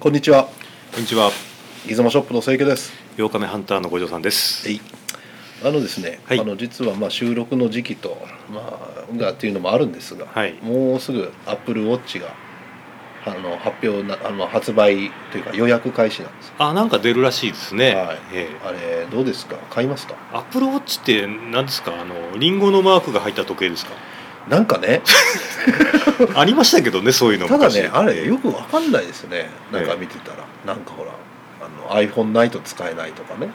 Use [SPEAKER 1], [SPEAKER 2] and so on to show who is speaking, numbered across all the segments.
[SPEAKER 1] こんにちは
[SPEAKER 2] こんにちは。
[SPEAKER 1] 出雲ショップの清家です
[SPEAKER 2] 8日目ハンターの五条さんです。
[SPEAKER 1] あのですね、
[SPEAKER 2] はい
[SPEAKER 1] あの実はまあ収録の時期と、まあ、がっていうのもあるんですが、
[SPEAKER 2] はい
[SPEAKER 1] もうすぐアップルウォッチがあの発表なあの発売というか予約開始なんですよ
[SPEAKER 2] あ、なんか出るらしいですね。
[SPEAKER 1] はい
[SPEAKER 2] ええ
[SPEAKER 1] あれどうですか買いますか
[SPEAKER 2] アップルウォッチって何ですかあのリンゴのマークが入った時計ですか
[SPEAKER 1] なんかね
[SPEAKER 2] ありましたけどねそういうの
[SPEAKER 1] ただ
[SPEAKER 2] 昔
[SPEAKER 1] ねあれよくわかんないですねなんか見てたら、なんかほらあの iPhone ないと使えないとかね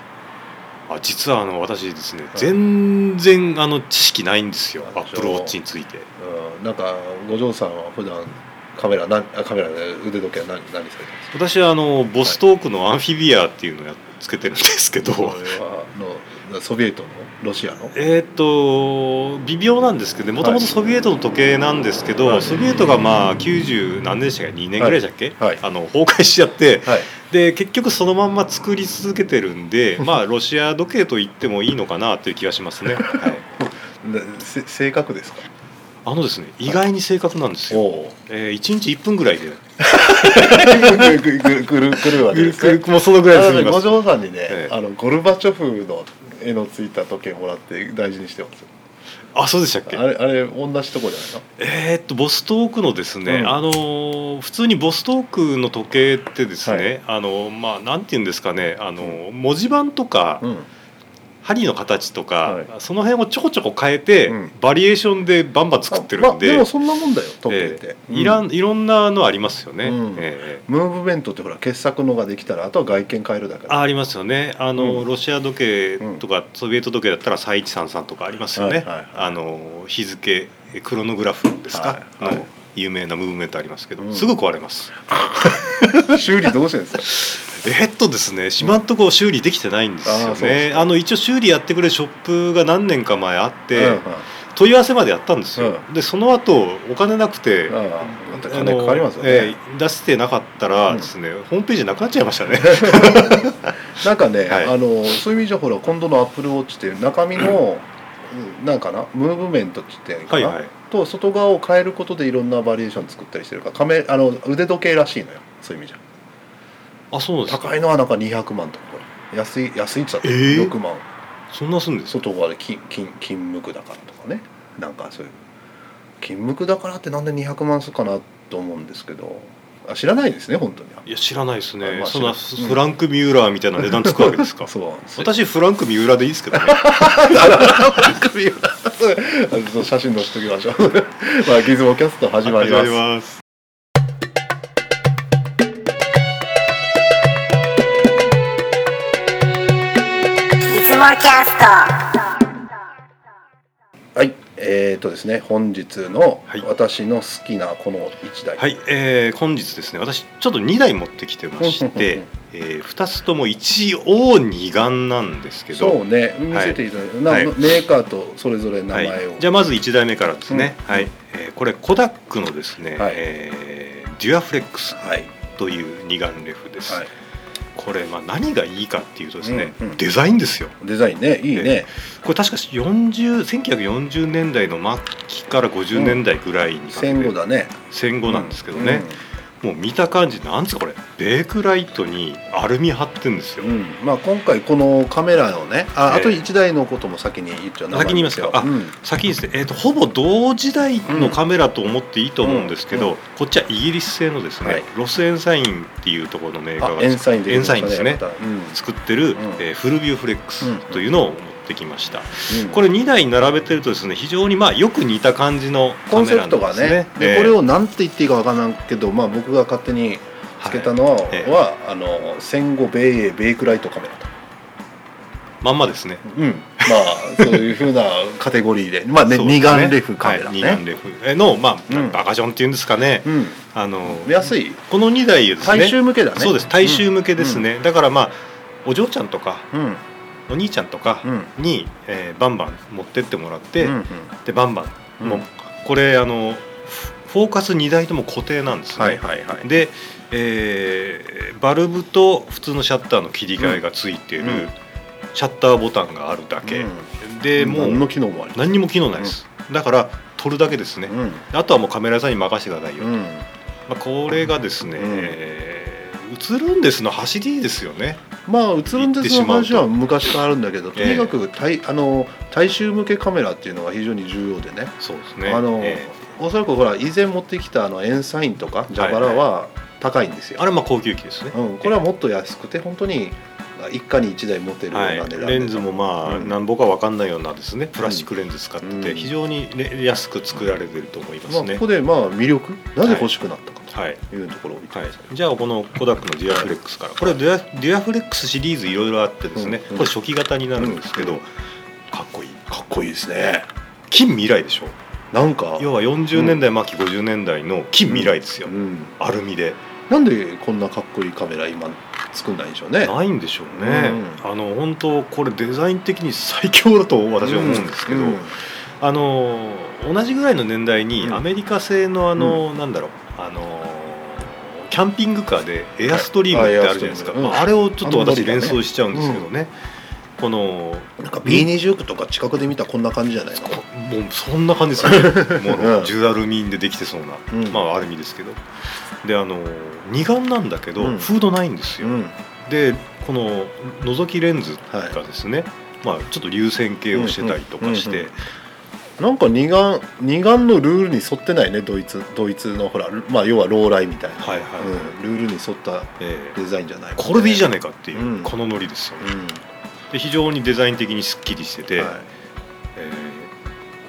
[SPEAKER 2] あ実はあの私ですね、
[SPEAKER 1] い
[SPEAKER 2] 全然あの知識ないんですよ
[SPEAKER 1] あ
[SPEAKER 2] アップルウォッチについて
[SPEAKER 1] うんなんか五条さんは普段カメラなんあカメラで腕時計は何何されてますか
[SPEAKER 2] 私はあのボストークのアンフィビアっていうのをやっつけてるんですけど、
[SPEAKER 1] それはあのソビエトのロシアの
[SPEAKER 2] えーっと微妙なんですけどもと
[SPEAKER 1] は
[SPEAKER 2] も
[SPEAKER 1] い
[SPEAKER 2] とソビエトの時計なんですけど、
[SPEAKER 1] はい
[SPEAKER 2] ソビエトがまあ90何年でしたっけ2年ぐらいでしたっけ、
[SPEAKER 1] はい
[SPEAKER 2] あの崩壊しちゃって
[SPEAKER 1] はい
[SPEAKER 2] で結局そのまんま作り続けてるんでまあロシア時計と言ってもいいのかなという気がします ね、はい、
[SPEAKER 1] なせ正確ですか
[SPEAKER 2] あのですね意外に正確なんですよ、
[SPEAKER 1] おお
[SPEAKER 2] えー、1日1分ぐらいで
[SPEAKER 1] ぐるぐるぐるぐるわけですね
[SPEAKER 2] もうそのぐ
[SPEAKER 1] あ
[SPEAKER 2] らいで
[SPEAKER 1] のね
[SPEAKER 2] 済みま
[SPEAKER 1] 五
[SPEAKER 2] す
[SPEAKER 1] 条さんにね、
[SPEAKER 2] ええ
[SPEAKER 1] あのゴルバチョフの絵のついた時計もらって大事にしてますよ
[SPEAKER 2] あそうでしたっけ
[SPEAKER 1] あれあれ同じとこじゃないの
[SPEAKER 2] えーっとボストークのですね、
[SPEAKER 1] うん
[SPEAKER 2] あのー普通にボストークの時計ってですね、あのーまあなんて言うんですかねあのー文字盤とか、
[SPEAKER 1] うん、
[SPEAKER 2] 針の形とか、
[SPEAKER 1] はい
[SPEAKER 2] その辺をちょこちょこ変えて、
[SPEAKER 1] うん
[SPEAKER 2] バリエーションでバンバン作ってるん
[SPEAKER 1] まあ、
[SPEAKER 2] で,、
[SPEAKER 1] でもそんなもんだよ時計って、うん
[SPEAKER 2] いらんいろんなのありますよね、
[SPEAKER 1] うん
[SPEAKER 2] ええ
[SPEAKER 1] ムーブメントってほら傑作のができたらあとは外見変えるだけだ
[SPEAKER 2] あありますよねあ
[SPEAKER 1] う
[SPEAKER 2] の、
[SPEAKER 1] ん
[SPEAKER 2] ロシア時計とか、ソビエト時計だったら3133とかありますよね、
[SPEAKER 1] はいはいはい
[SPEAKER 2] あの日付クロノグラフですか、
[SPEAKER 1] はいはい
[SPEAKER 2] の有名なムーブメントありますけど、
[SPEAKER 1] うん
[SPEAKER 2] すぐ壊れます
[SPEAKER 1] 修理どうしてるんです
[SPEAKER 2] えっとですね島んとこ修理できてないんです
[SPEAKER 1] あ
[SPEAKER 2] よ
[SPEAKER 1] あそうで
[SPEAKER 2] ね、あの一応修理やってくれるショップが何年か前あっ
[SPEAKER 1] か、
[SPEAKER 2] て、
[SPEAKER 1] うんうん
[SPEAKER 2] 問い合わせまでやったんですよ、
[SPEAKER 1] う
[SPEAKER 2] でその後お金なくて、
[SPEAKER 1] ああだって
[SPEAKER 2] あ
[SPEAKER 1] 金
[SPEAKER 2] の
[SPEAKER 1] かかりますよね、
[SPEAKER 2] ええ出してなかったらですね、ホームページなくなっちゃいまし たね
[SPEAKER 1] なんかね、
[SPEAKER 2] はい
[SPEAKER 1] あのそういう意味じゃほら今度のアップルウォッチって中身の、うんなんかなムーブメントって言ってんか
[SPEAKER 2] はい
[SPEAKER 1] な、
[SPEAKER 2] はい
[SPEAKER 1] と外側を変えることでいろんなバリエーション作ったりしてるからカメあの腕時計らしいのよそういう意味じゃ
[SPEAKER 2] あそうなんですか
[SPEAKER 1] 高いのはなんか200万とかほら安い安いっつったって
[SPEAKER 2] えー
[SPEAKER 1] 6万、
[SPEAKER 2] そんなすんです
[SPEAKER 1] 外側で金金金無垢だからとかねなんかそういう金無垢だからってなんで200万するかなと思うんですけどあ知らないですね本当に
[SPEAKER 2] いや知らないですね、
[SPEAKER 1] あまあ
[SPEAKER 2] そんな
[SPEAKER 1] 知らない
[SPEAKER 2] フランク・ミューラーみたいな値段つくわけですか
[SPEAKER 1] そうなんですよ
[SPEAKER 2] 私フランク・ミューラーでいいですけどね
[SPEAKER 1] あの写真載せときましょうまあギズモキャスト 始まります
[SPEAKER 2] ます
[SPEAKER 3] いつもキャスト
[SPEAKER 1] はいえー、とですね本日の
[SPEAKER 2] はい
[SPEAKER 1] 私の好きなこの1台
[SPEAKER 2] はい、えー本日ですね私ちょっと2台持ってきてま して、え2つとも一応二眼なんですけ
[SPEAKER 1] そ
[SPEAKER 2] ど
[SPEAKER 1] うね見せていただいて、な
[SPEAKER 2] はい
[SPEAKER 1] メーカーとそれぞれ名
[SPEAKER 2] はい
[SPEAKER 1] 前を、、
[SPEAKER 2] じゃあまず1台目からですね、
[SPEAKER 1] うん
[SPEAKER 2] はいえーこれコダックのですね、
[SPEAKER 1] はい
[SPEAKER 2] えーデュアフレックス
[SPEAKER 1] はい
[SPEAKER 2] という二眼レフです、
[SPEAKER 1] はい
[SPEAKER 2] これまあ何がいいかっていうとですね、
[SPEAKER 1] うんうん
[SPEAKER 2] デザインですよ
[SPEAKER 1] デザインねいいね、
[SPEAKER 2] これ確か40 1940年代の末期から50年代ぐらいにかけて、
[SPEAKER 1] 戦後だね
[SPEAKER 2] 戦後なんですけどね、もう見た感じなんですかこれベークライトにアルミ貼ってんですよ、
[SPEAKER 1] うん、うんまあ今回このカメラのねあ,、
[SPEAKER 2] ええ
[SPEAKER 1] あと1台のことも先に言っちゃう
[SPEAKER 2] 先に言いますか
[SPEAKER 1] 名前
[SPEAKER 2] 先にですね、えー、とほぼ同時代のカメラと思っていいと思うんですけど、
[SPEAKER 1] うん
[SPEAKER 2] こっちはイギリス製のですね、
[SPEAKER 1] はい
[SPEAKER 2] ロスエンサインっていうところのメーカー
[SPEAKER 1] あ
[SPEAKER 2] が
[SPEAKER 1] エンサインで
[SPEAKER 2] エンサインですね
[SPEAKER 1] またうん
[SPEAKER 2] 作ってる、
[SPEAKER 1] ん
[SPEAKER 2] えーフルビューフレックスというのを持ってきました、
[SPEAKER 1] うん
[SPEAKER 2] これ2台並べてるとですね非常にまあよく似た感じの
[SPEAKER 1] コ
[SPEAKER 2] カ
[SPEAKER 1] ン
[SPEAKER 2] メ
[SPEAKER 1] セ
[SPEAKER 2] ラな
[SPEAKER 1] プ
[SPEAKER 2] ん
[SPEAKER 1] トが
[SPEAKER 2] ですね
[SPEAKER 1] ねで
[SPEAKER 2] えー
[SPEAKER 1] これを何て言っていいかわからんけど、まあ、僕が勝手につけたのは,、
[SPEAKER 2] ええ
[SPEAKER 1] はあの戦後米英米クライトカメラと、
[SPEAKER 2] まんまですね
[SPEAKER 1] うん、まあそういうふうなカテゴリー で、まあね
[SPEAKER 2] そうですね
[SPEAKER 1] 二眼レフカメラね、
[SPEAKER 2] はい二眼レフの、まあ
[SPEAKER 1] うん
[SPEAKER 2] バカジョンっていうんですかね、
[SPEAKER 1] うん、
[SPEAKER 2] あの
[SPEAKER 1] 安い
[SPEAKER 2] この2台ですね
[SPEAKER 1] 大衆向けだね
[SPEAKER 2] そうです大衆向けですね、だからまあお嬢ちゃんとか
[SPEAKER 1] うん
[SPEAKER 2] お兄ちゃんとか
[SPEAKER 1] うん
[SPEAKER 2] に、えーバンバン持ってってもらっ
[SPEAKER 1] う
[SPEAKER 2] て、
[SPEAKER 1] んうん
[SPEAKER 2] でバンバン、
[SPEAKER 1] うん
[SPEAKER 2] もうこれあのフフォーカス2台とも固定なんですね、
[SPEAKER 1] はいはいはい
[SPEAKER 2] で、えーバルブと普通のシャッターの切り替えがついてる、
[SPEAKER 1] うんうん
[SPEAKER 2] シャッターボタンがあるだけ、でも
[SPEAKER 1] 何
[SPEAKER 2] う
[SPEAKER 1] の機能もあり
[SPEAKER 2] 何にも機能ないです、だから撮るだけですね、
[SPEAKER 1] うん
[SPEAKER 2] あとはもうカメラ屋さんに任せてくださいよ、
[SPEAKER 1] うん
[SPEAKER 2] まあ、これがですね、
[SPEAKER 1] うん
[SPEAKER 2] えー映るんですの走りですよね
[SPEAKER 1] まあ映るんですの話は昔からあるんだけどと
[SPEAKER 2] え
[SPEAKER 1] に
[SPEAKER 2] え
[SPEAKER 1] かく大あの大衆向けカメラっていうのが非常に重要でね
[SPEAKER 2] そうですね
[SPEAKER 1] あの
[SPEAKER 2] え
[SPEAKER 1] おそらくほら以前持ってきたあのエンサインとか蛇腹は高いんです
[SPEAKER 2] え
[SPEAKER 1] よ、
[SPEAKER 2] あれはまあ高級機ですね、
[SPEAKER 1] うん、これはもっと安くて本当に一家に一台持てるよう
[SPEAKER 2] は、
[SPEAKER 1] ない値段で、
[SPEAKER 2] レンズもまあ、
[SPEAKER 1] うん
[SPEAKER 2] なんぼかわかんないようなですねプラスチックレンズ使ってて、
[SPEAKER 1] うん
[SPEAKER 2] 非常にね安く作られてると思いま
[SPEAKER 1] ますあ、
[SPEAKER 2] ね
[SPEAKER 1] こ、こでまあ魅力なぜ欲しくなったか
[SPEAKER 2] はい
[SPEAKER 1] というところを言って
[SPEAKER 2] は
[SPEAKER 1] く
[SPEAKER 2] い
[SPEAKER 1] ださ、
[SPEAKER 2] じゃあこのコダックのデュアフレックスからこれデュアデュアフレックスシリーズいろいろあってですね、
[SPEAKER 1] うんうん
[SPEAKER 2] これ初期型になるんですけ
[SPEAKER 1] う
[SPEAKER 2] ど、
[SPEAKER 1] ん
[SPEAKER 2] かっこいい
[SPEAKER 1] い、かっこいいですね
[SPEAKER 2] 近未来でしょ
[SPEAKER 1] なんか、
[SPEAKER 2] 要は40年代末期50年代の近未来ですよ、
[SPEAKER 1] うん、
[SPEAKER 2] アルミで
[SPEAKER 1] なんでこんなかっこいいカメラ今作んないんでしょうね
[SPEAKER 2] ないんでしょうね、あの本当これデザイン的に最強だと私は思うんですけど、
[SPEAKER 1] うん
[SPEAKER 2] あの同じぐらいの年代に
[SPEAKER 1] うん
[SPEAKER 2] アメリカ製のあの、なんだろうあのキャンピングカーでエアストリームってあるじゃないですか、
[SPEAKER 1] はいあエアストリームうん
[SPEAKER 2] あれをちょっ
[SPEAKER 1] あ
[SPEAKER 2] と
[SPEAKER 1] のノリ
[SPEAKER 2] 私
[SPEAKER 1] だね
[SPEAKER 2] 連想しちゃうんですけどね、この
[SPEAKER 1] なんか B20 とか近くで見たらこんな感じじゃないの
[SPEAKER 2] こもうそんな感じで すよねも
[SPEAKER 1] うん
[SPEAKER 2] うジュアルミンでできてそうな、
[SPEAKER 1] うん
[SPEAKER 2] まあアルミですけどであの二眼なんだけど、
[SPEAKER 1] うん
[SPEAKER 2] フードないんです
[SPEAKER 1] う
[SPEAKER 2] よ、
[SPEAKER 1] ん
[SPEAKER 2] でこの覗きレンズ
[SPEAKER 1] は
[SPEAKER 2] がですね、まあ、ちょっと流線形をしてたりとかして、
[SPEAKER 1] うんうんうんい、なんか二眼二眼のルールに沿ってないねドイツドイツのほら、まあ、要はローライみたいな、
[SPEAKER 2] はいはい、
[SPEAKER 1] うん、ルールに沿った
[SPEAKER 2] えー
[SPEAKER 1] デザインじゃない
[SPEAKER 2] これでいいじゃ
[SPEAKER 1] ん、
[SPEAKER 2] ねえかっていう、
[SPEAKER 1] うん
[SPEAKER 2] このノリですよね
[SPEAKER 1] うん
[SPEAKER 2] で非常にデザイン的にすっきりしてて、
[SPEAKER 1] はい
[SPEAKER 2] えー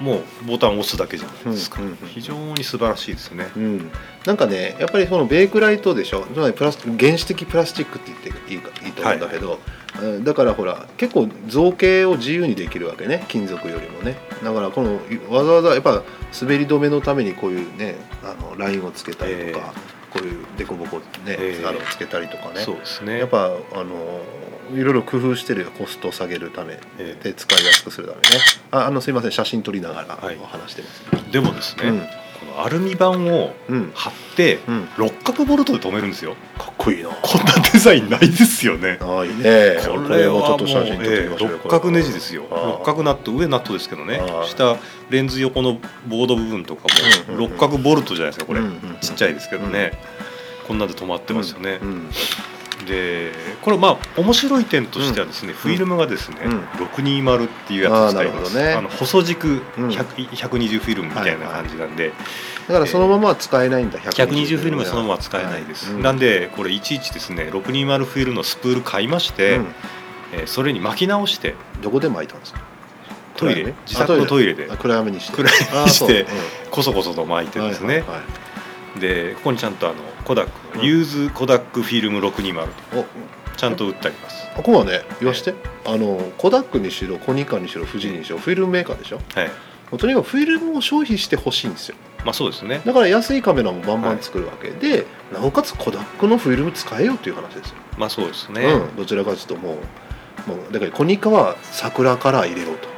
[SPEAKER 2] もうボタンを押すだけじゃないですか、
[SPEAKER 1] うんうんうん
[SPEAKER 2] 非常に素晴らしいですね、
[SPEAKER 1] うん、なんかねやっぱりそのベークライトでしょつまりプラス原始的プラスチックって言っていいかいいと思うんだけど、うんだからほら結構造形を自由にできるわけね金属よりもねだからこのわざわざやっぱ滑り止めのためにこういうねあのラインをつけたりとか、こういう凸凹ね、
[SPEAKER 2] ええ
[SPEAKER 1] あのつけたりとかね
[SPEAKER 2] そうですね
[SPEAKER 1] やっぱあのいろいろ工夫してるよコストを下げるため
[SPEAKER 2] えー
[SPEAKER 1] で使いやすくするためねああのすいません写真撮りながら
[SPEAKER 2] はい
[SPEAKER 1] 話してます、
[SPEAKER 2] でもですね、このアルミ板を
[SPEAKER 1] うんうん
[SPEAKER 2] 貼って
[SPEAKER 1] うん
[SPEAKER 2] 六角ボルトで止めるんですよ
[SPEAKER 1] かっこいいな
[SPEAKER 2] こんなデザインないですよね
[SPEAKER 1] ああいいね
[SPEAKER 2] こ
[SPEAKER 1] こ
[SPEAKER 2] れ
[SPEAKER 1] れ
[SPEAKER 2] は
[SPEAKER 1] は
[SPEAKER 2] も
[SPEAKER 1] ちょ
[SPEAKER 2] う
[SPEAKER 1] っと写真撮ってみましょうよ
[SPEAKER 2] ええ
[SPEAKER 1] これ
[SPEAKER 2] 六角ネジですよ
[SPEAKER 1] ああ
[SPEAKER 2] 六角ナット上ナットですけどね
[SPEAKER 1] ああ
[SPEAKER 2] 下レンズ横のボード部分とか
[SPEAKER 1] うん
[SPEAKER 2] も
[SPEAKER 1] うんうん
[SPEAKER 2] 六角ボルトじゃないですかこれ
[SPEAKER 1] うんうんうん
[SPEAKER 2] ちっちゃいですけどねこんなで止まってますよね
[SPEAKER 1] うん
[SPEAKER 2] でこれまあ面白い点としてはですねフィルムがですね
[SPEAKER 1] うん
[SPEAKER 2] 620っていうや
[SPEAKER 1] あ
[SPEAKER 2] つ使いま
[SPEAKER 1] あなるほどね
[SPEAKER 2] すあの細軸
[SPEAKER 1] うん
[SPEAKER 2] 100 120フィルムみたいな感じなんで
[SPEAKER 1] だからそのままは使えないんだ
[SPEAKER 2] 120フィルムはそのまま使えないですなん
[SPEAKER 1] で
[SPEAKER 2] でこれいちいちですね620フィルムのスプール買いましてえーそれに巻き直して
[SPEAKER 1] どこで巻いたんですか
[SPEAKER 2] トイレ、
[SPEAKER 1] ね
[SPEAKER 2] 自宅のトイレで
[SPEAKER 1] あ暗闇にして
[SPEAKER 2] 暗闇にして
[SPEAKER 1] ああ
[SPEAKER 2] こそこそと巻いて
[SPEAKER 1] そううん
[SPEAKER 2] ですね、
[SPEAKER 1] はいはい
[SPEAKER 2] でここにちゃんとあのコダック
[SPEAKER 1] う
[SPEAKER 2] の
[SPEAKER 1] ん
[SPEAKER 2] ユーズコダックフィルム620と
[SPEAKER 1] はい
[SPEAKER 2] ちゃんと売ってあります、
[SPEAKER 1] おここはね言わしてあのコダックにしろコニカにしろ富士にしろフィルムメーカーでしょも
[SPEAKER 2] はい、
[SPEAKER 1] うとにかくフィルムを消費してほしいんですよ
[SPEAKER 2] まあそうですね
[SPEAKER 1] だから安いカメラもバンバン作るわけでなおかつコダックのフィルム使えよっていう話ですよ
[SPEAKER 2] まあそうですね、
[SPEAKER 1] うん、どちらかというともうもうだからコニカは桜カラー入れろと、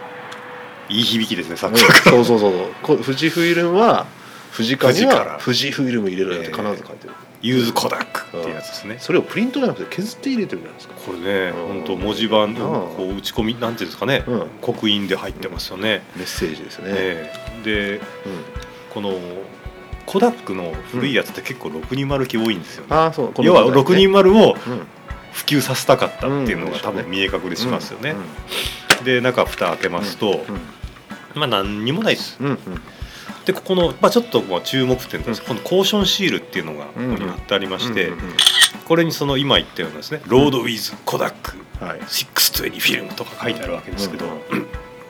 [SPEAKER 2] いい響きですね
[SPEAKER 1] う
[SPEAKER 2] さっ
[SPEAKER 1] ん、
[SPEAKER 2] き
[SPEAKER 1] そうそうそうそうこ富士フィルムは富士カに
[SPEAKER 2] 富士カラ
[SPEAKER 1] は
[SPEAKER 2] ー
[SPEAKER 1] 富士フィルム入れろよって必ず書いてる、
[SPEAKER 2] ユーズコダックっていうやつですね、
[SPEAKER 1] それをプリントじゃなくて削って入れてるじゃないですか、
[SPEAKER 2] これね
[SPEAKER 1] うん
[SPEAKER 2] 本当文字盤
[SPEAKER 1] う
[SPEAKER 2] の
[SPEAKER 1] ん
[SPEAKER 2] こう打ち込みなんていうんですかね
[SPEAKER 1] うん、
[SPEAKER 2] 刻印で入ってますよね、
[SPEAKER 1] メッセージですね、
[SPEAKER 2] ええで
[SPEAKER 1] うん、
[SPEAKER 2] このコダックの古いやつって結構620機多いんですよね、
[SPEAKER 1] ああそうこの
[SPEAKER 2] 要は620を
[SPEAKER 1] うん
[SPEAKER 2] 普及させたかったっていうの
[SPEAKER 1] うん
[SPEAKER 2] が多分見え隠れしますよね、
[SPEAKER 1] うん
[SPEAKER 2] で中蓋開けますと、まあ何にもないです
[SPEAKER 1] うんうん
[SPEAKER 2] でここの、まあ、ちょっとまあ注目点です、
[SPEAKER 1] うん
[SPEAKER 2] このコーションシールっていうのがここに貼ってありまして、
[SPEAKER 1] うんうんうん
[SPEAKER 2] これにその今言ったようなですね「ロード・ウィズ・コダック
[SPEAKER 1] はい、
[SPEAKER 2] 620フィルム」とか書いてあるわけですけど、
[SPEAKER 1] うん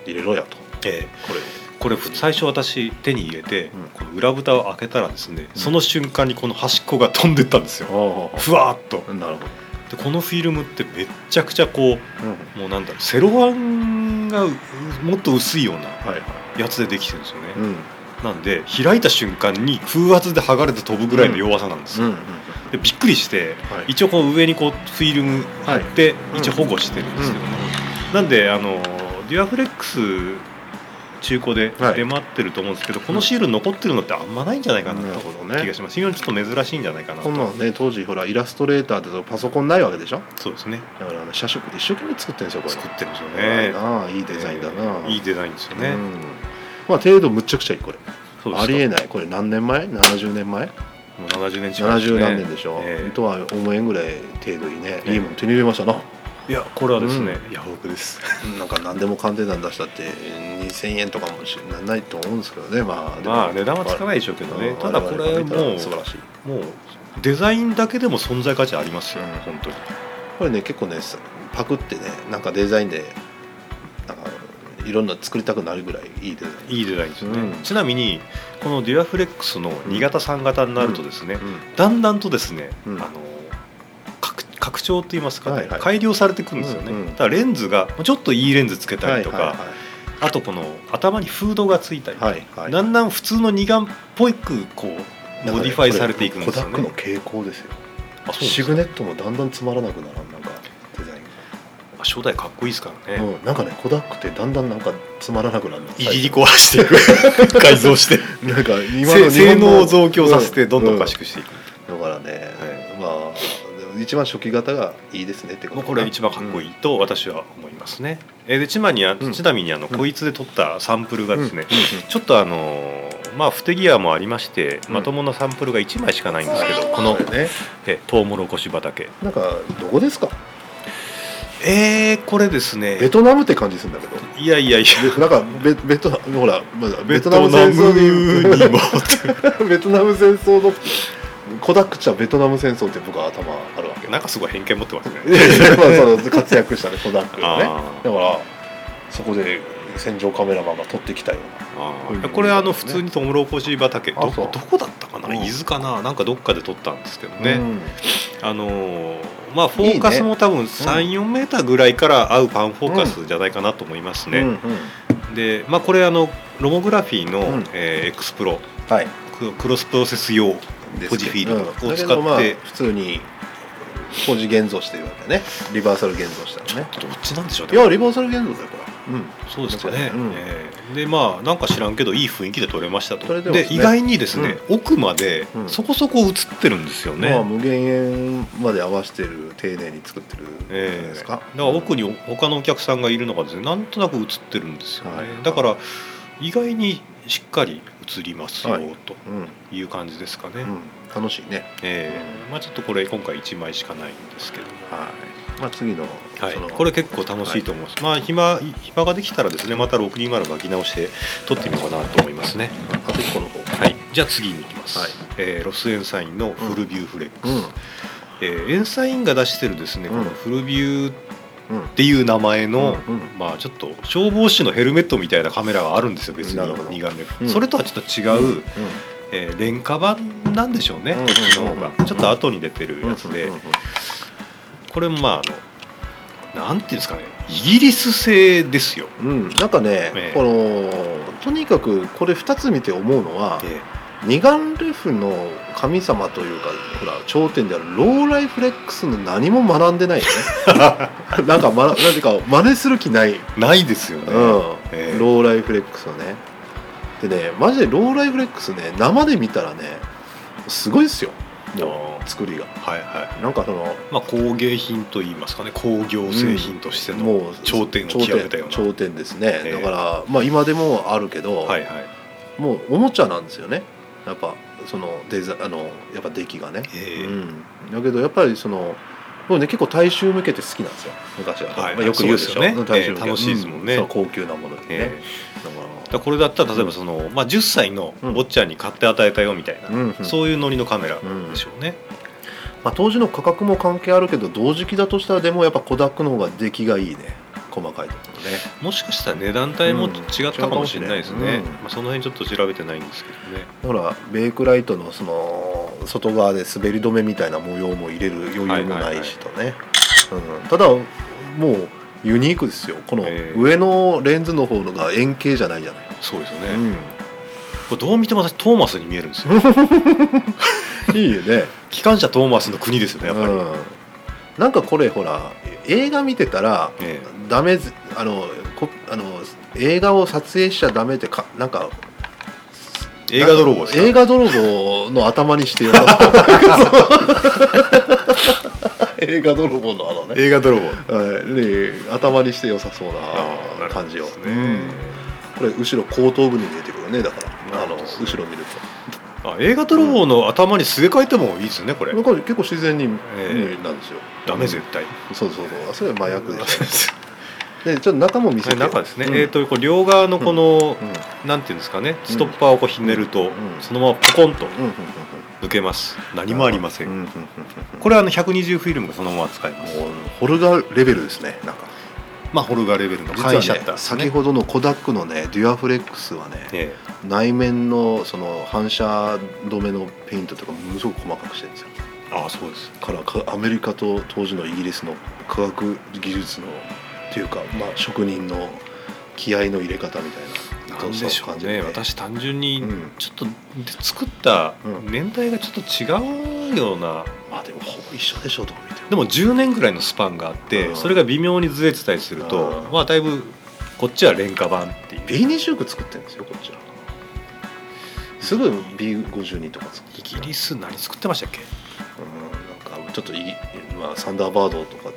[SPEAKER 1] 入れろやと
[SPEAKER 2] え
[SPEAKER 1] これ
[SPEAKER 2] ーこれふ最初私手に入れて、
[SPEAKER 1] うん
[SPEAKER 2] この裏蓋を開けたらですね、
[SPEAKER 1] うん
[SPEAKER 2] その瞬間にこの端っこが飛んでったんですよ、
[SPEAKER 1] あ
[SPEAKER 2] ふわーっと
[SPEAKER 1] あなるほ
[SPEAKER 2] でこのフィルムってめっちゃくちゃこ
[SPEAKER 1] ど、うん、
[SPEAKER 2] うもうなんだろうセロハンがうもっと薄いような
[SPEAKER 1] はいはい、
[SPEAKER 2] やつでできてるんですよね、
[SPEAKER 1] うんうん
[SPEAKER 2] なんで開いた瞬間に風圧で剥がれて飛ぶぐらいの弱さなんですよ、
[SPEAKER 1] うん
[SPEAKER 2] でびっくりして
[SPEAKER 1] はい
[SPEAKER 2] 一応こう上にこうフィルム貼って
[SPEAKER 1] い
[SPEAKER 2] 一応保護してるんですけどね、なんであのデュアフレックス中古で
[SPEAKER 1] はい
[SPEAKER 2] 出回ってると思うんですけど、このシール残ってるのってあんまないんじゃないかな
[SPEAKER 1] なる
[SPEAKER 2] と
[SPEAKER 1] ほどね
[SPEAKER 2] 気がします非常にちょっと珍しいんじゃないかな
[SPEAKER 1] ことんなのね当時ほらイラストレーターでパソコンないわけでしょ
[SPEAKER 2] そうですね
[SPEAKER 1] だからあの社食で一生懸命作ってるんですよこれ
[SPEAKER 2] 作ってるんですよ
[SPEAKER 1] 偉い
[SPEAKER 2] ね
[SPEAKER 1] なあいいデザインだな、
[SPEAKER 2] いいデザインですよね、
[SPEAKER 1] うんまあ程度むっちゃくちゃいいこれ
[SPEAKER 2] そうですか
[SPEAKER 1] ありえないこれ何年前70年前
[SPEAKER 2] もう70年近いですね
[SPEAKER 1] 70何年でしょ、
[SPEAKER 2] ええ
[SPEAKER 1] とは思えんぐらい程度にね、
[SPEAKER 2] ええ
[SPEAKER 1] いいもん手に入れましたない
[SPEAKER 2] やこれはですね、ヤフオクです
[SPEAKER 1] なんか何でも鑑定団出したって2000円とかもしなんないと思うんですけどねまあでも
[SPEAKER 2] まあ値段はつかないでしょうけどね
[SPEAKER 1] うん
[SPEAKER 2] ただこれ
[SPEAKER 1] 我々から見たら
[SPEAKER 2] もう
[SPEAKER 1] 素晴らしい
[SPEAKER 2] もうデザインだけでも存在価値ありますよ、
[SPEAKER 1] うん
[SPEAKER 2] 本当に
[SPEAKER 1] これね結構ねパクってねなんかデザインでなんかいろんな作りたくなるぐらいいいデザイン
[SPEAKER 2] いいデザインですよね、
[SPEAKER 1] うん
[SPEAKER 2] ちなみにこのデュアフレックスの2型3型になるとですね、
[SPEAKER 1] うん
[SPEAKER 2] だんだんとですね、
[SPEAKER 1] うん
[SPEAKER 2] あの拡拡張といいますかね、
[SPEAKER 1] はいはい
[SPEAKER 2] 改良されていくんですよね、
[SPEAKER 1] うんうん
[SPEAKER 2] だからレンズがちょっといいレンズつけたりとか、
[SPEAKER 1] はい
[SPEAKER 2] あとこの頭にフードがついたり、
[SPEAKER 1] はいはいはい
[SPEAKER 2] だんだん普通の二眼っぽくこうモディファイされていくんですよ
[SPEAKER 1] なん
[SPEAKER 2] ね
[SPEAKER 1] かこれコダックの傾向ですよ
[SPEAKER 2] あそうです
[SPEAKER 1] シグネットもだんだんつまらなくならんなんかデザイン
[SPEAKER 2] 初代かっこいいですからね、
[SPEAKER 1] うん、なんかねコダックってだんだんなんかつまらなくなるの
[SPEAKER 2] いじり壊してい く改造して
[SPEAKER 1] なんか今
[SPEAKER 2] 性
[SPEAKER 1] の
[SPEAKER 2] 性
[SPEAKER 1] 日本の
[SPEAKER 2] 能を増強させてどんどんおかしくしていく、
[SPEAKER 1] だからね、まあでも一番初期型がいいですねってこと
[SPEAKER 2] もう
[SPEAKER 1] かな
[SPEAKER 2] これ一番かっこいいと私は思いますね、えーでちまにあ
[SPEAKER 1] うん
[SPEAKER 2] ちなみにあの、こいつで撮ったサンプルがですね、
[SPEAKER 1] うんうん
[SPEAKER 2] ちょっとあのーまあ不手際もありまして、
[SPEAKER 1] うん
[SPEAKER 2] まともなサンプルが1枚しかないんですけどこ
[SPEAKER 1] うん
[SPEAKER 2] の
[SPEAKER 1] これね
[SPEAKER 2] えトウモロコシ畑
[SPEAKER 1] なんかどこですか
[SPEAKER 2] えー、これです
[SPEAKER 1] ベ
[SPEAKER 2] ね
[SPEAKER 1] トナムって感じするんだけど
[SPEAKER 2] いやいやいや
[SPEAKER 1] でなんかベベトナムほら、まだ、
[SPEAKER 2] ベ
[SPEAKER 1] ベ
[SPEAKER 2] ト
[SPEAKER 1] ト
[SPEAKER 2] ナ
[SPEAKER 1] ナ
[SPEAKER 2] ム
[SPEAKER 1] ム
[SPEAKER 2] 戦
[SPEAKER 1] 戦争
[SPEAKER 2] 争に
[SPEAKER 1] に
[SPEAKER 2] もっ
[SPEAKER 1] ベトナム戦争のコダックちゃんベトナム戦争って僕は頭あるわけ
[SPEAKER 2] てなんかすごい偏見持ってますね
[SPEAKER 1] いやいやまあその活躍したねコダックがね
[SPEAKER 2] あ
[SPEAKER 1] だからそこで戦場カメラマンが撮ってきたよう
[SPEAKER 2] あ
[SPEAKER 1] うん
[SPEAKER 2] ーこれあの普通にトウモロコシ畑ど
[SPEAKER 1] あそう
[SPEAKER 2] どこだったかな
[SPEAKER 1] うん
[SPEAKER 2] 伊豆かななんかどっかで撮ったんですけど
[SPEAKER 1] な
[SPEAKER 2] ね、
[SPEAKER 1] うん
[SPEAKER 2] あのーまあフォーカスも多分34メーターぐらいから合うパンフォーカスじゃないかなと思いますね、
[SPEAKER 1] うんうん
[SPEAKER 2] で、まあ、これあのロモグラフィーの、
[SPEAKER 1] うん
[SPEAKER 2] えー X プロ
[SPEAKER 1] はい
[SPEAKER 2] ククロスプロセス用ポジフィールドを使
[SPEAKER 1] う
[SPEAKER 2] って、
[SPEAKER 1] んだけどまあ普通にポジ現像してるわけねリバーサル現像したのね
[SPEAKER 2] どっちなんでしょう
[SPEAKER 1] い
[SPEAKER 2] ね
[SPEAKER 1] やリバーサル現像だよこれうん
[SPEAKER 2] そうですかね、
[SPEAKER 1] うん
[SPEAKER 2] えーでまあなんか知らんけどいい雰囲気で撮れましたと
[SPEAKER 1] それで
[SPEAKER 2] で,、
[SPEAKER 1] もですね
[SPEAKER 2] 意外にですね、奥まで
[SPEAKER 1] うん
[SPEAKER 2] そこそこ映ってるんですよね、
[SPEAKER 1] まあ無限円まで合わせてる丁寧に作ってるんじゃない
[SPEAKER 2] えー
[SPEAKER 1] です
[SPEAKER 2] だ
[SPEAKER 1] か
[SPEAKER 2] か、ら奥に他のお客さんがいるのがですねなんとなく映ってるんですよね、
[SPEAKER 1] はい
[SPEAKER 2] だから意外にしっかり映りますよ
[SPEAKER 1] はい
[SPEAKER 2] と
[SPEAKER 1] うんうん、
[SPEAKER 2] いう感じですかね、
[SPEAKER 1] 楽しいね
[SPEAKER 2] えーまあ、ちょっとこれ今回1枚しかないんですけど
[SPEAKER 1] はい、まあ、次の,、
[SPEAKER 2] はい
[SPEAKER 1] その、
[SPEAKER 2] これ結構楽しいと思います、まあ暇暇ができたらですねまた620巻き直して撮ってみようかなと思いますね
[SPEAKER 1] あと1個の方
[SPEAKER 2] はいじゃあ次に行きます、
[SPEAKER 1] はい
[SPEAKER 2] えーロスエンサインのフルビューフレック
[SPEAKER 1] う
[SPEAKER 2] ス、
[SPEAKER 1] ん
[SPEAKER 2] えーエンサインが出してるですねこ
[SPEAKER 1] うん
[SPEAKER 2] のフルビューっ
[SPEAKER 1] うん
[SPEAKER 2] ていう名前の、
[SPEAKER 1] うんうん
[SPEAKER 2] まあちょっと消防士のヘルメットみたいなカメラがあるんですよ別に
[SPEAKER 1] なるほど
[SPEAKER 2] 二眼レフ、
[SPEAKER 1] うん
[SPEAKER 2] それとはちょっと違う、えー廉価版なんでしょうね、
[SPEAKER 1] うんうん
[SPEAKER 2] こっちの方
[SPEAKER 1] うん
[SPEAKER 2] がちょっと後に出てる
[SPEAKER 1] うん
[SPEAKER 2] やつで、
[SPEAKER 1] うんうん
[SPEAKER 2] これもまああのなんていうんですかねイギリス製ですよ、
[SPEAKER 1] うんなんかね、
[SPEAKER 2] ええ
[SPEAKER 1] このとにかくこれ2つ見て思うのは、
[SPEAKER 2] え
[SPEAKER 1] 二眼レフの神様というかほら頂点であるローライフレックスの何も学んでないよ ねなんか、ま、なぜか真似する気ない、
[SPEAKER 2] ーないですよね、
[SPEAKER 1] うん
[SPEAKER 2] ええ
[SPEAKER 1] ローライフレックスをねでねマジでローライフレックスね生で見たらねすごいっすよも
[SPEAKER 2] あ
[SPEAKER 1] う作りが
[SPEAKER 2] はいは
[SPEAKER 1] なんかその
[SPEAKER 2] いまあ工芸品といいますかね工業製品としての、
[SPEAKER 1] もう
[SPEAKER 2] 頂点を極めたような
[SPEAKER 1] 頂点頂点ですね、
[SPEAKER 2] ええ
[SPEAKER 1] だからまあ今でもあるけど、
[SPEAKER 2] はいはい
[SPEAKER 1] もうおもちゃなんですよねやっぱそのデザあのやっぱ出来がね、
[SPEAKER 2] ええ
[SPEAKER 1] うん、だけどやっぱりその僕ね結構大衆向けて好きなんですよ昔は、
[SPEAKER 2] はい
[SPEAKER 1] まあ、よく言うでし
[SPEAKER 2] そ
[SPEAKER 1] ょ
[SPEAKER 2] うですよね
[SPEAKER 1] 大衆向け
[SPEAKER 2] ええ楽しいですもんね
[SPEAKER 1] うそう高級なものでね、
[SPEAKER 2] え
[SPEAKER 1] だ
[SPEAKER 2] ーだか
[SPEAKER 1] から
[SPEAKER 2] これだったら例えばその、まあ、10歳の
[SPEAKER 1] うん
[SPEAKER 2] 坊ちゃんに買って与えたよみたいな、
[SPEAKER 1] ら、うんうん
[SPEAKER 2] そういうノリのカメラ
[SPEAKER 1] うん
[SPEAKER 2] でしょうね、
[SPEAKER 1] まあ、当時の価格も関係あるけど同時期だとしたらでもやっぱコダックの方が出来がいいね細かいところね
[SPEAKER 2] もしかしたら値段帯も違ったかもしれないです
[SPEAKER 1] うん違うかもしれ
[SPEAKER 2] ね
[SPEAKER 1] ない、うん
[SPEAKER 2] まあ、その辺ちょっと調べてないんですけどね
[SPEAKER 1] ほらベイクライトのその外側で滑り止めみたいな模様も入れる余裕もないしとね、うん、ただもうユニークですよこの
[SPEAKER 2] ええ
[SPEAKER 1] 上のレンズの方のが円形じゃないじゃない、
[SPEAKER 2] そうですよね、これどう見ても私トーマスに見えるんです よ
[SPEAKER 1] うん、いいよね、
[SPEAKER 2] 機関車トーマスの国ですよ ねやっぱり、
[SPEAKER 1] うん、なんかこれほら映画見てたら
[SPEAKER 2] え
[SPEAKER 1] ダメずあのこあの映画を撮影しちゃダメってかなんか
[SPEAKER 2] え映画泥棒ですか
[SPEAKER 1] 映画泥棒の頭にしてよかった 映画泥棒のあのね
[SPEAKER 2] 映画泥棒
[SPEAKER 1] はいね頭にして良さそう
[SPEAKER 2] あ
[SPEAKER 1] な
[SPEAKER 2] ー
[SPEAKER 1] 感じを、
[SPEAKER 2] なるほどです
[SPEAKER 1] うんこれ後ろ後頭部に見えてくるねだから
[SPEAKER 2] な
[SPEAKER 1] あ
[SPEAKER 2] るほ
[SPEAKER 1] の
[SPEAKER 2] どですね
[SPEAKER 1] 後ろ見る
[SPEAKER 2] あ映画泥棒の頭にすげ替えてもいいですねこれ、
[SPEAKER 1] なんか結構自然に、
[SPEAKER 2] え
[SPEAKER 1] なんですよ
[SPEAKER 2] ダメ絶対
[SPEAKER 1] そうそうそうそれは麻 薬でしょでちょっと中も見せ
[SPEAKER 2] は
[SPEAKER 1] て
[SPEAKER 2] い中ですね、
[SPEAKER 1] うん
[SPEAKER 2] えー、とこう両側のこの、
[SPEAKER 1] うんうん
[SPEAKER 2] なんていうんですかねストッパーをこうひねると、
[SPEAKER 1] ん
[SPEAKER 2] そのままポコンと
[SPEAKER 1] うんうんうん
[SPEAKER 2] 抜けます何もありません、
[SPEAKER 1] うんうんうん
[SPEAKER 2] これはあの120フィルムがそのまま使えます
[SPEAKER 1] うんもうホルガーレベルですねなんか
[SPEAKER 2] まあホルガーレベルの簡易シャッターで
[SPEAKER 1] 実
[SPEAKER 2] す
[SPEAKER 1] は
[SPEAKER 2] ね
[SPEAKER 1] ね先ほどのコダックのねデュアフレックスはね
[SPEAKER 2] ええ
[SPEAKER 1] 内面のその反射止めのペイントとかものすごく細かくしてるんですよ
[SPEAKER 2] ああそうです
[SPEAKER 1] からかアメリカと当時のイギリスの科学技術のっていうか、まあ、職人の気合の入れ方みたいな
[SPEAKER 2] なんでしょうね私単純に
[SPEAKER 1] うん
[SPEAKER 2] ちょっと作った
[SPEAKER 1] うん
[SPEAKER 2] 年代がちょっと違うような
[SPEAKER 1] まあでもほぼ一緒でしょうとか見ても
[SPEAKER 2] でも10年ぐらいのスパンがあって、
[SPEAKER 1] うん
[SPEAKER 2] それが微妙にずれてたりすると、
[SPEAKER 1] うん
[SPEAKER 2] まあだいぶこっちは廉価版っていう
[SPEAKER 1] B2 色作ってるんですよこっちはすぐ B52 とか作って
[SPEAKER 2] イギリス何作ってましたっけ
[SPEAKER 1] うんなんかちょっとイギ、まあ、サンダーバードとか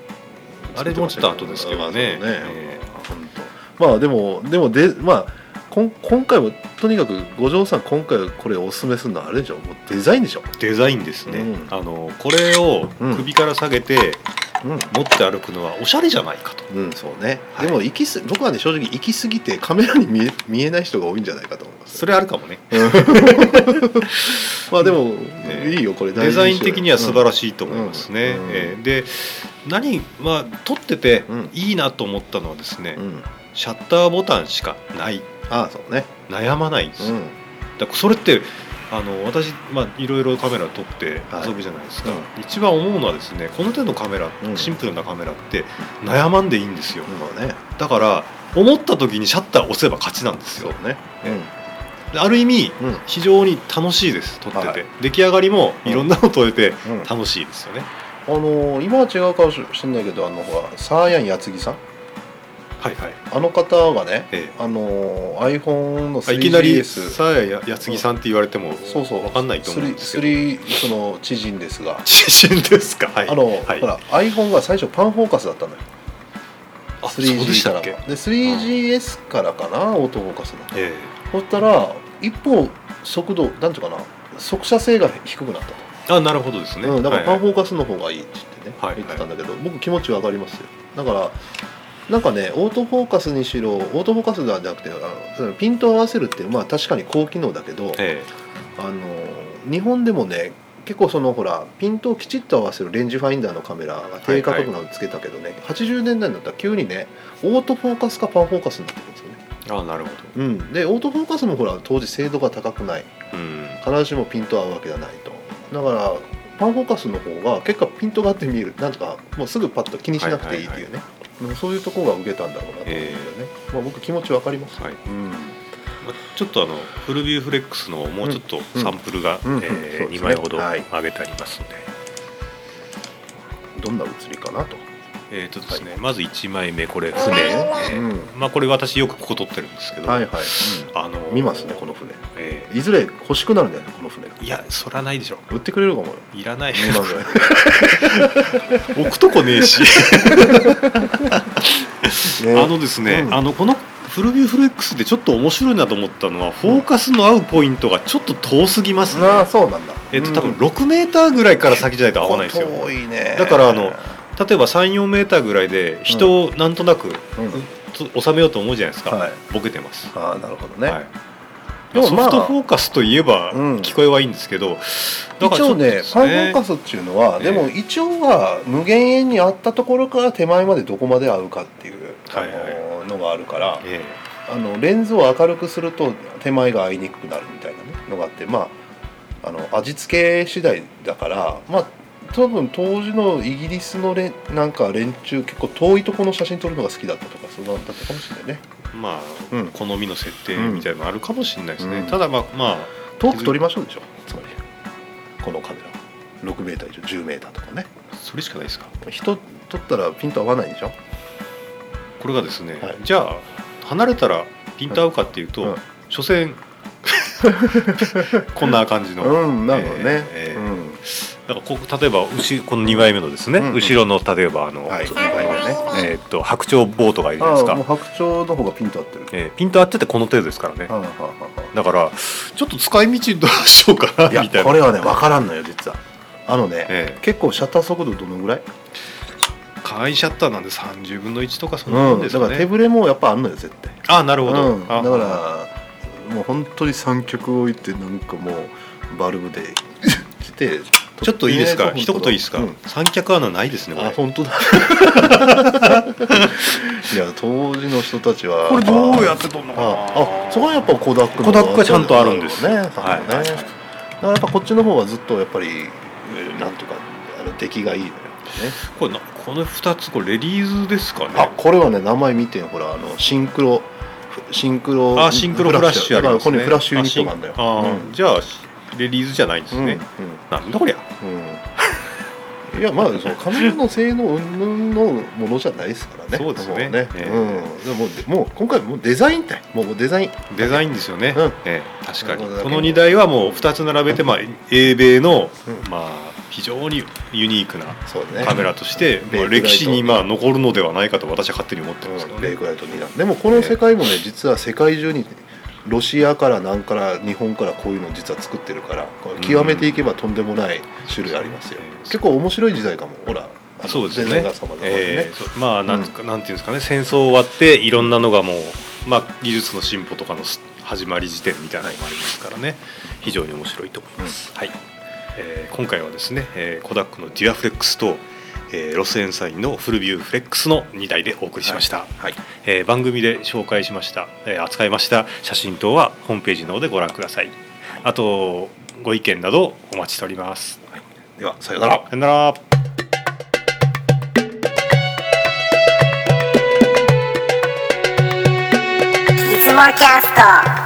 [SPEAKER 2] あれもちょっと後ですけどね
[SPEAKER 1] まあそう
[SPEAKER 2] え
[SPEAKER 1] 本当まあでもでもでまあこん今回もとにかく五条さん今回これおすすめするのはあれでしょもうデザインでしょ、
[SPEAKER 2] デザインですね、
[SPEAKER 1] うん
[SPEAKER 2] あのこれを首から下げて
[SPEAKER 1] うん、
[SPEAKER 2] 持って歩くのはおしゃれじゃないかと
[SPEAKER 1] うん、そうね。でも行きす僕はね正直行き過ぎてカメラに見え見えない人が多いんじゃないかと思います。
[SPEAKER 2] それあるかもね
[SPEAKER 1] まあでも、
[SPEAKER 2] え
[SPEAKER 1] いいよこれ
[SPEAKER 2] デザイン的には素
[SPEAKER 1] ら
[SPEAKER 2] 晴
[SPEAKER 1] し
[SPEAKER 2] らしいと思いますね、
[SPEAKER 1] うんうん
[SPEAKER 2] えーで何まあ撮ってて
[SPEAKER 1] うん
[SPEAKER 2] いいなと思ったのはですね、
[SPEAKER 1] いうん、うん
[SPEAKER 2] シャッターボタンしかない
[SPEAKER 1] ああそうね。
[SPEAKER 2] 悩まないんです、
[SPEAKER 1] うん
[SPEAKER 2] だからそれってあの私、まあ、いろいろカメラ撮って遊ぶじゃないですか、
[SPEAKER 1] はい
[SPEAKER 2] 一番思うのはですねこの手のカメラ、
[SPEAKER 1] うん
[SPEAKER 2] シンプルなカメラって悩まんでいいんですよ、
[SPEAKER 1] まあね。
[SPEAKER 2] だから思った時にシャッター押せば勝ちなんです
[SPEAKER 1] そう
[SPEAKER 2] よ
[SPEAKER 1] ね。
[SPEAKER 2] である意味
[SPEAKER 1] うんうん
[SPEAKER 2] 非常に楽しいです撮ってて、
[SPEAKER 1] はい
[SPEAKER 2] 出来上がりもいろんなの撮れて
[SPEAKER 1] うん。
[SPEAKER 2] 楽しいですよね、
[SPEAKER 1] あのー今は違うかもしれないけどあのほらサーヤンやつぎさん
[SPEAKER 2] はいはい、
[SPEAKER 1] あの方がね
[SPEAKER 2] え
[SPEAKER 1] あのー iPhone の
[SPEAKER 2] え、いきなり
[SPEAKER 1] 3GS
[SPEAKER 2] さあややつぎさんって言われても
[SPEAKER 1] そうそう
[SPEAKER 2] 分かんないと思うんですけど
[SPEAKER 1] 3その知人ですが。
[SPEAKER 2] 知人ですかはい
[SPEAKER 1] あの、
[SPEAKER 2] はい
[SPEAKER 1] ほら iPhone が最初パンフォーカスだったのよ
[SPEAKER 2] あそうでし
[SPEAKER 1] 3G か
[SPEAKER 2] た
[SPEAKER 1] ら
[SPEAKER 2] っ
[SPEAKER 1] で
[SPEAKER 2] け、
[SPEAKER 1] 3GS からかな、オートフォーカスの
[SPEAKER 2] え
[SPEAKER 1] そしたら一歩速度なんていうかな速射性が低くなったと、
[SPEAKER 2] えあなるほどですね、
[SPEAKER 1] うん、だからパン
[SPEAKER 2] はい
[SPEAKER 1] フォーカスの方がいいって言ってね、
[SPEAKER 2] はいはい
[SPEAKER 1] 言ってたんだけど僕気持ちわかりますよだからなんかねオートフォーカスにしろオートフォーカスではなくてあのそのピントを合わせるってまあ確かに高機能だけど、
[SPEAKER 2] え
[SPEAKER 1] あの日本でもね結構そのほらピントをきちっと合わせるレンジファインダーのカメラが低価格なのつけたけどね、80年代になったら急にねオートフォーカスかパンフォーカスになってくるんですよね、
[SPEAKER 2] えあなるほ
[SPEAKER 1] うん、でオートフォーカスもほら当時精度が高くない
[SPEAKER 2] どうん
[SPEAKER 1] 必ずしもピント合うわけじゃないとだからパンフォーカスの方が結構ピントが合って見えるなんとかもうすぐパッと気にしなくていいっていうね、もうそういうところが受けたんだろうなと思うんだよね、まあ、僕気持ちわかります、
[SPEAKER 2] はい
[SPEAKER 1] うん
[SPEAKER 2] まちょっとあのフルビューフレックスのもうちょっと
[SPEAKER 1] うん
[SPEAKER 2] サンプルが、
[SPEAKER 1] うん
[SPEAKER 2] え
[SPEAKER 1] うんそうですね
[SPEAKER 2] 2枚ほど
[SPEAKER 1] はい
[SPEAKER 2] 上げてありますので、
[SPEAKER 1] どんな写りかなと、
[SPEAKER 2] えっ、とですね、まず1枚目これ船、え
[SPEAKER 1] うん
[SPEAKER 2] ーまあこれ私よくここ撮ってるんですけど、
[SPEAKER 1] はいはい、
[SPEAKER 2] あのー
[SPEAKER 1] 見ますねこの船
[SPEAKER 2] え
[SPEAKER 1] いずれ欲しくなるんじゃないこの船が
[SPEAKER 2] ーいやそらないでしょ
[SPEAKER 1] 売ってくれるかもよ
[SPEAKER 2] いらない
[SPEAKER 1] 2万ぐらい
[SPEAKER 2] 置くとこね えし あのですね、
[SPEAKER 1] うん
[SPEAKER 2] あのこのフルビューフレックスでちょっと面白いなと思ったのはフォーカスの合うポイントがちょっと遠すぎますね、
[SPEAKER 1] ああそうなんだ
[SPEAKER 2] えっ、と多分6メーターぐらいから先じゃないと合わないですよ
[SPEAKER 1] 遠いね
[SPEAKER 2] だからあの例えば34メーターぐらいで人をなんとなく
[SPEAKER 1] うん
[SPEAKER 2] と収めようと思うじゃないですか、
[SPEAKER 1] はい
[SPEAKER 2] ボケてます、
[SPEAKER 1] ああなるほどね、
[SPEAKER 2] はい
[SPEAKER 1] でもまあ
[SPEAKER 2] ソフトフォーカスといえば
[SPEAKER 1] うん
[SPEAKER 2] 聞こえはいいんですけど、だか
[SPEAKER 1] 一
[SPEAKER 2] らちょ
[SPEAKER 1] 応
[SPEAKER 2] っとで
[SPEAKER 1] ね
[SPEAKER 2] す
[SPEAKER 1] パンフォーカスっていうのは、
[SPEAKER 2] え
[SPEAKER 1] で
[SPEAKER 2] え
[SPEAKER 1] も一応は無限円にあったところから手前までどこまで合うかっていう、
[SPEAKER 2] はいはい
[SPEAKER 1] あののがあるから
[SPEAKER 2] え
[SPEAKER 1] あのレンズを明るくすると手前が合いにくくなるみたいな、ね、のがあってまああの味付け次第だからまあ多分当時のイギリスのれんなんか連中結構遠いところの写真撮るのが好きだったとかそうだったかもしれないね
[SPEAKER 2] えまあ、
[SPEAKER 1] うん
[SPEAKER 2] 好みの設定みたいなのあるかもしれないですね、
[SPEAKER 1] うん
[SPEAKER 2] ただまあまあ
[SPEAKER 1] 遠く撮りましょうでしょつまりこのカメラ 6m 以上 10m とかね
[SPEAKER 2] それしかないですか
[SPEAKER 1] 人撮ったらピント合わないでしょ
[SPEAKER 2] これがですね、
[SPEAKER 1] はい
[SPEAKER 2] じゃあ離れたらピント合うかっていうと、
[SPEAKER 1] うんうん
[SPEAKER 2] 所詮 こんな感じの、
[SPEAKER 1] うん、なるほどね。
[SPEAKER 2] えーえー
[SPEAKER 1] うん、
[SPEAKER 2] だからここ例えば後この2枚目のですね、
[SPEAKER 1] うんうん
[SPEAKER 2] 後ろの例えばあの、
[SPEAKER 1] はい、
[SPEAKER 2] えーっと白鳥ボートがいるじゃない
[SPEAKER 1] あ
[SPEAKER 2] で
[SPEAKER 1] あ
[SPEAKER 2] す
[SPEAKER 1] ー、もう
[SPEAKER 2] か、
[SPEAKER 1] 白鳥の方がピンと合ってる。
[SPEAKER 2] えーピント合っててこの程度ですからね
[SPEAKER 1] はあはあはあは
[SPEAKER 2] だからちょっと使い道どうしようか
[SPEAKER 1] い
[SPEAKER 2] な
[SPEAKER 1] や
[SPEAKER 2] みたい
[SPEAKER 1] こ
[SPEAKER 2] な
[SPEAKER 1] れはね分からんのよ実はあのね、
[SPEAKER 2] え
[SPEAKER 1] 結構シャッター速度どのぐらい、
[SPEAKER 2] 会社ったなんで30分の1とかそんなも
[SPEAKER 1] うんん、
[SPEAKER 2] で
[SPEAKER 1] だ
[SPEAKER 2] す
[SPEAKER 1] か
[SPEAKER 2] から
[SPEAKER 1] 手
[SPEAKER 2] ね、
[SPEAKER 1] ぶれもやっぱあんのよ絶対
[SPEAKER 2] あなるほど、
[SPEAKER 1] うん、だ
[SPEAKER 2] あ
[SPEAKER 1] からもう本当に三曲置いてなんかもうバルブで して
[SPEAKER 2] ちょっといいですか
[SPEAKER 1] ね
[SPEAKER 2] 一言いいですか、
[SPEAKER 1] うん
[SPEAKER 2] 三脚穴ないですねこ
[SPEAKER 1] あ
[SPEAKER 2] れ
[SPEAKER 1] 本 当だいや当時の人たちは
[SPEAKER 2] これどうやって撮んのかな
[SPEAKER 1] ああそこはやっぱコダックの
[SPEAKER 2] コダックはちゃんとあるんです
[SPEAKER 1] ね
[SPEAKER 2] はい
[SPEAKER 1] だからねだからやっぱこっちの方はずっとやっぱりえーなんとかあの出来がいいのよね
[SPEAKER 2] これなこの2つこれレディーズですかね
[SPEAKER 1] あこれはね名前見てよほらあのシンクロシンクロ
[SPEAKER 2] あシンクロフラッシュあ
[SPEAKER 1] だから
[SPEAKER 2] りま
[SPEAKER 1] ここ
[SPEAKER 2] す
[SPEAKER 1] に
[SPEAKER 2] ね
[SPEAKER 1] フラッシュユニットなんだよ
[SPEAKER 2] あシンあ
[SPEAKER 1] う
[SPEAKER 2] ー、
[SPEAKER 1] ん
[SPEAKER 2] じゃあレディーズじゃないんです
[SPEAKER 1] うんう
[SPEAKER 2] ね、
[SPEAKER 1] ん
[SPEAKER 2] なんだこりゃ
[SPEAKER 1] うんいやまあそのカメラの性能云々のものじゃないですからね。
[SPEAKER 2] そうですね
[SPEAKER 1] も
[SPEAKER 2] ええ
[SPEAKER 1] うん。でももう今回もうデザイン体もうデザイン。
[SPEAKER 2] デザインですよね、
[SPEAKER 1] うん
[SPEAKER 2] ええ確かに
[SPEAKER 1] なるほど
[SPEAKER 2] この2台はもう2つ並べて、まあ、英米の、
[SPEAKER 1] う
[SPEAKER 2] まあ、非常にユニークな
[SPEAKER 1] そうね。
[SPEAKER 2] カメラとして、
[SPEAKER 1] ベイクライ
[SPEAKER 2] まあ、
[SPEAKER 1] ト
[SPEAKER 2] 歴史にまあ残るのではないかと私は勝手に思ってますけ
[SPEAKER 1] う
[SPEAKER 2] ど
[SPEAKER 1] ん。
[SPEAKER 2] ね、
[SPEAKER 1] レイクライトにな。でもこの世界もね実は世界中にロシアからなんから日本からこういうの実は作ってるからこれ極めていけばとんでもない種類ありますよ。
[SPEAKER 2] うん
[SPEAKER 1] 結構面白い時代かも。ほら。あの
[SPEAKER 2] そうですね
[SPEAKER 1] 全然が様々でね。
[SPEAKER 2] ええそうまあなんつうか、なんていうんですかね戦争終わっていろんなのがもう、まあ、技術の進歩とかのす始まり時点みたいなのもありますからね非常に面白いと思います、はいえー今回はですね、えーコダックのデュアフレックスと、えーロスエンサインのフルビューフレックスの2台でお送りしました、
[SPEAKER 1] はい。
[SPEAKER 2] えー番組で紹介しました、えー扱いました写真等はホームページの方でご覧くださいあとご意見などお待ちしております
[SPEAKER 1] ではさようなら。
[SPEAKER 2] さよなら
[SPEAKER 3] いつもキャスト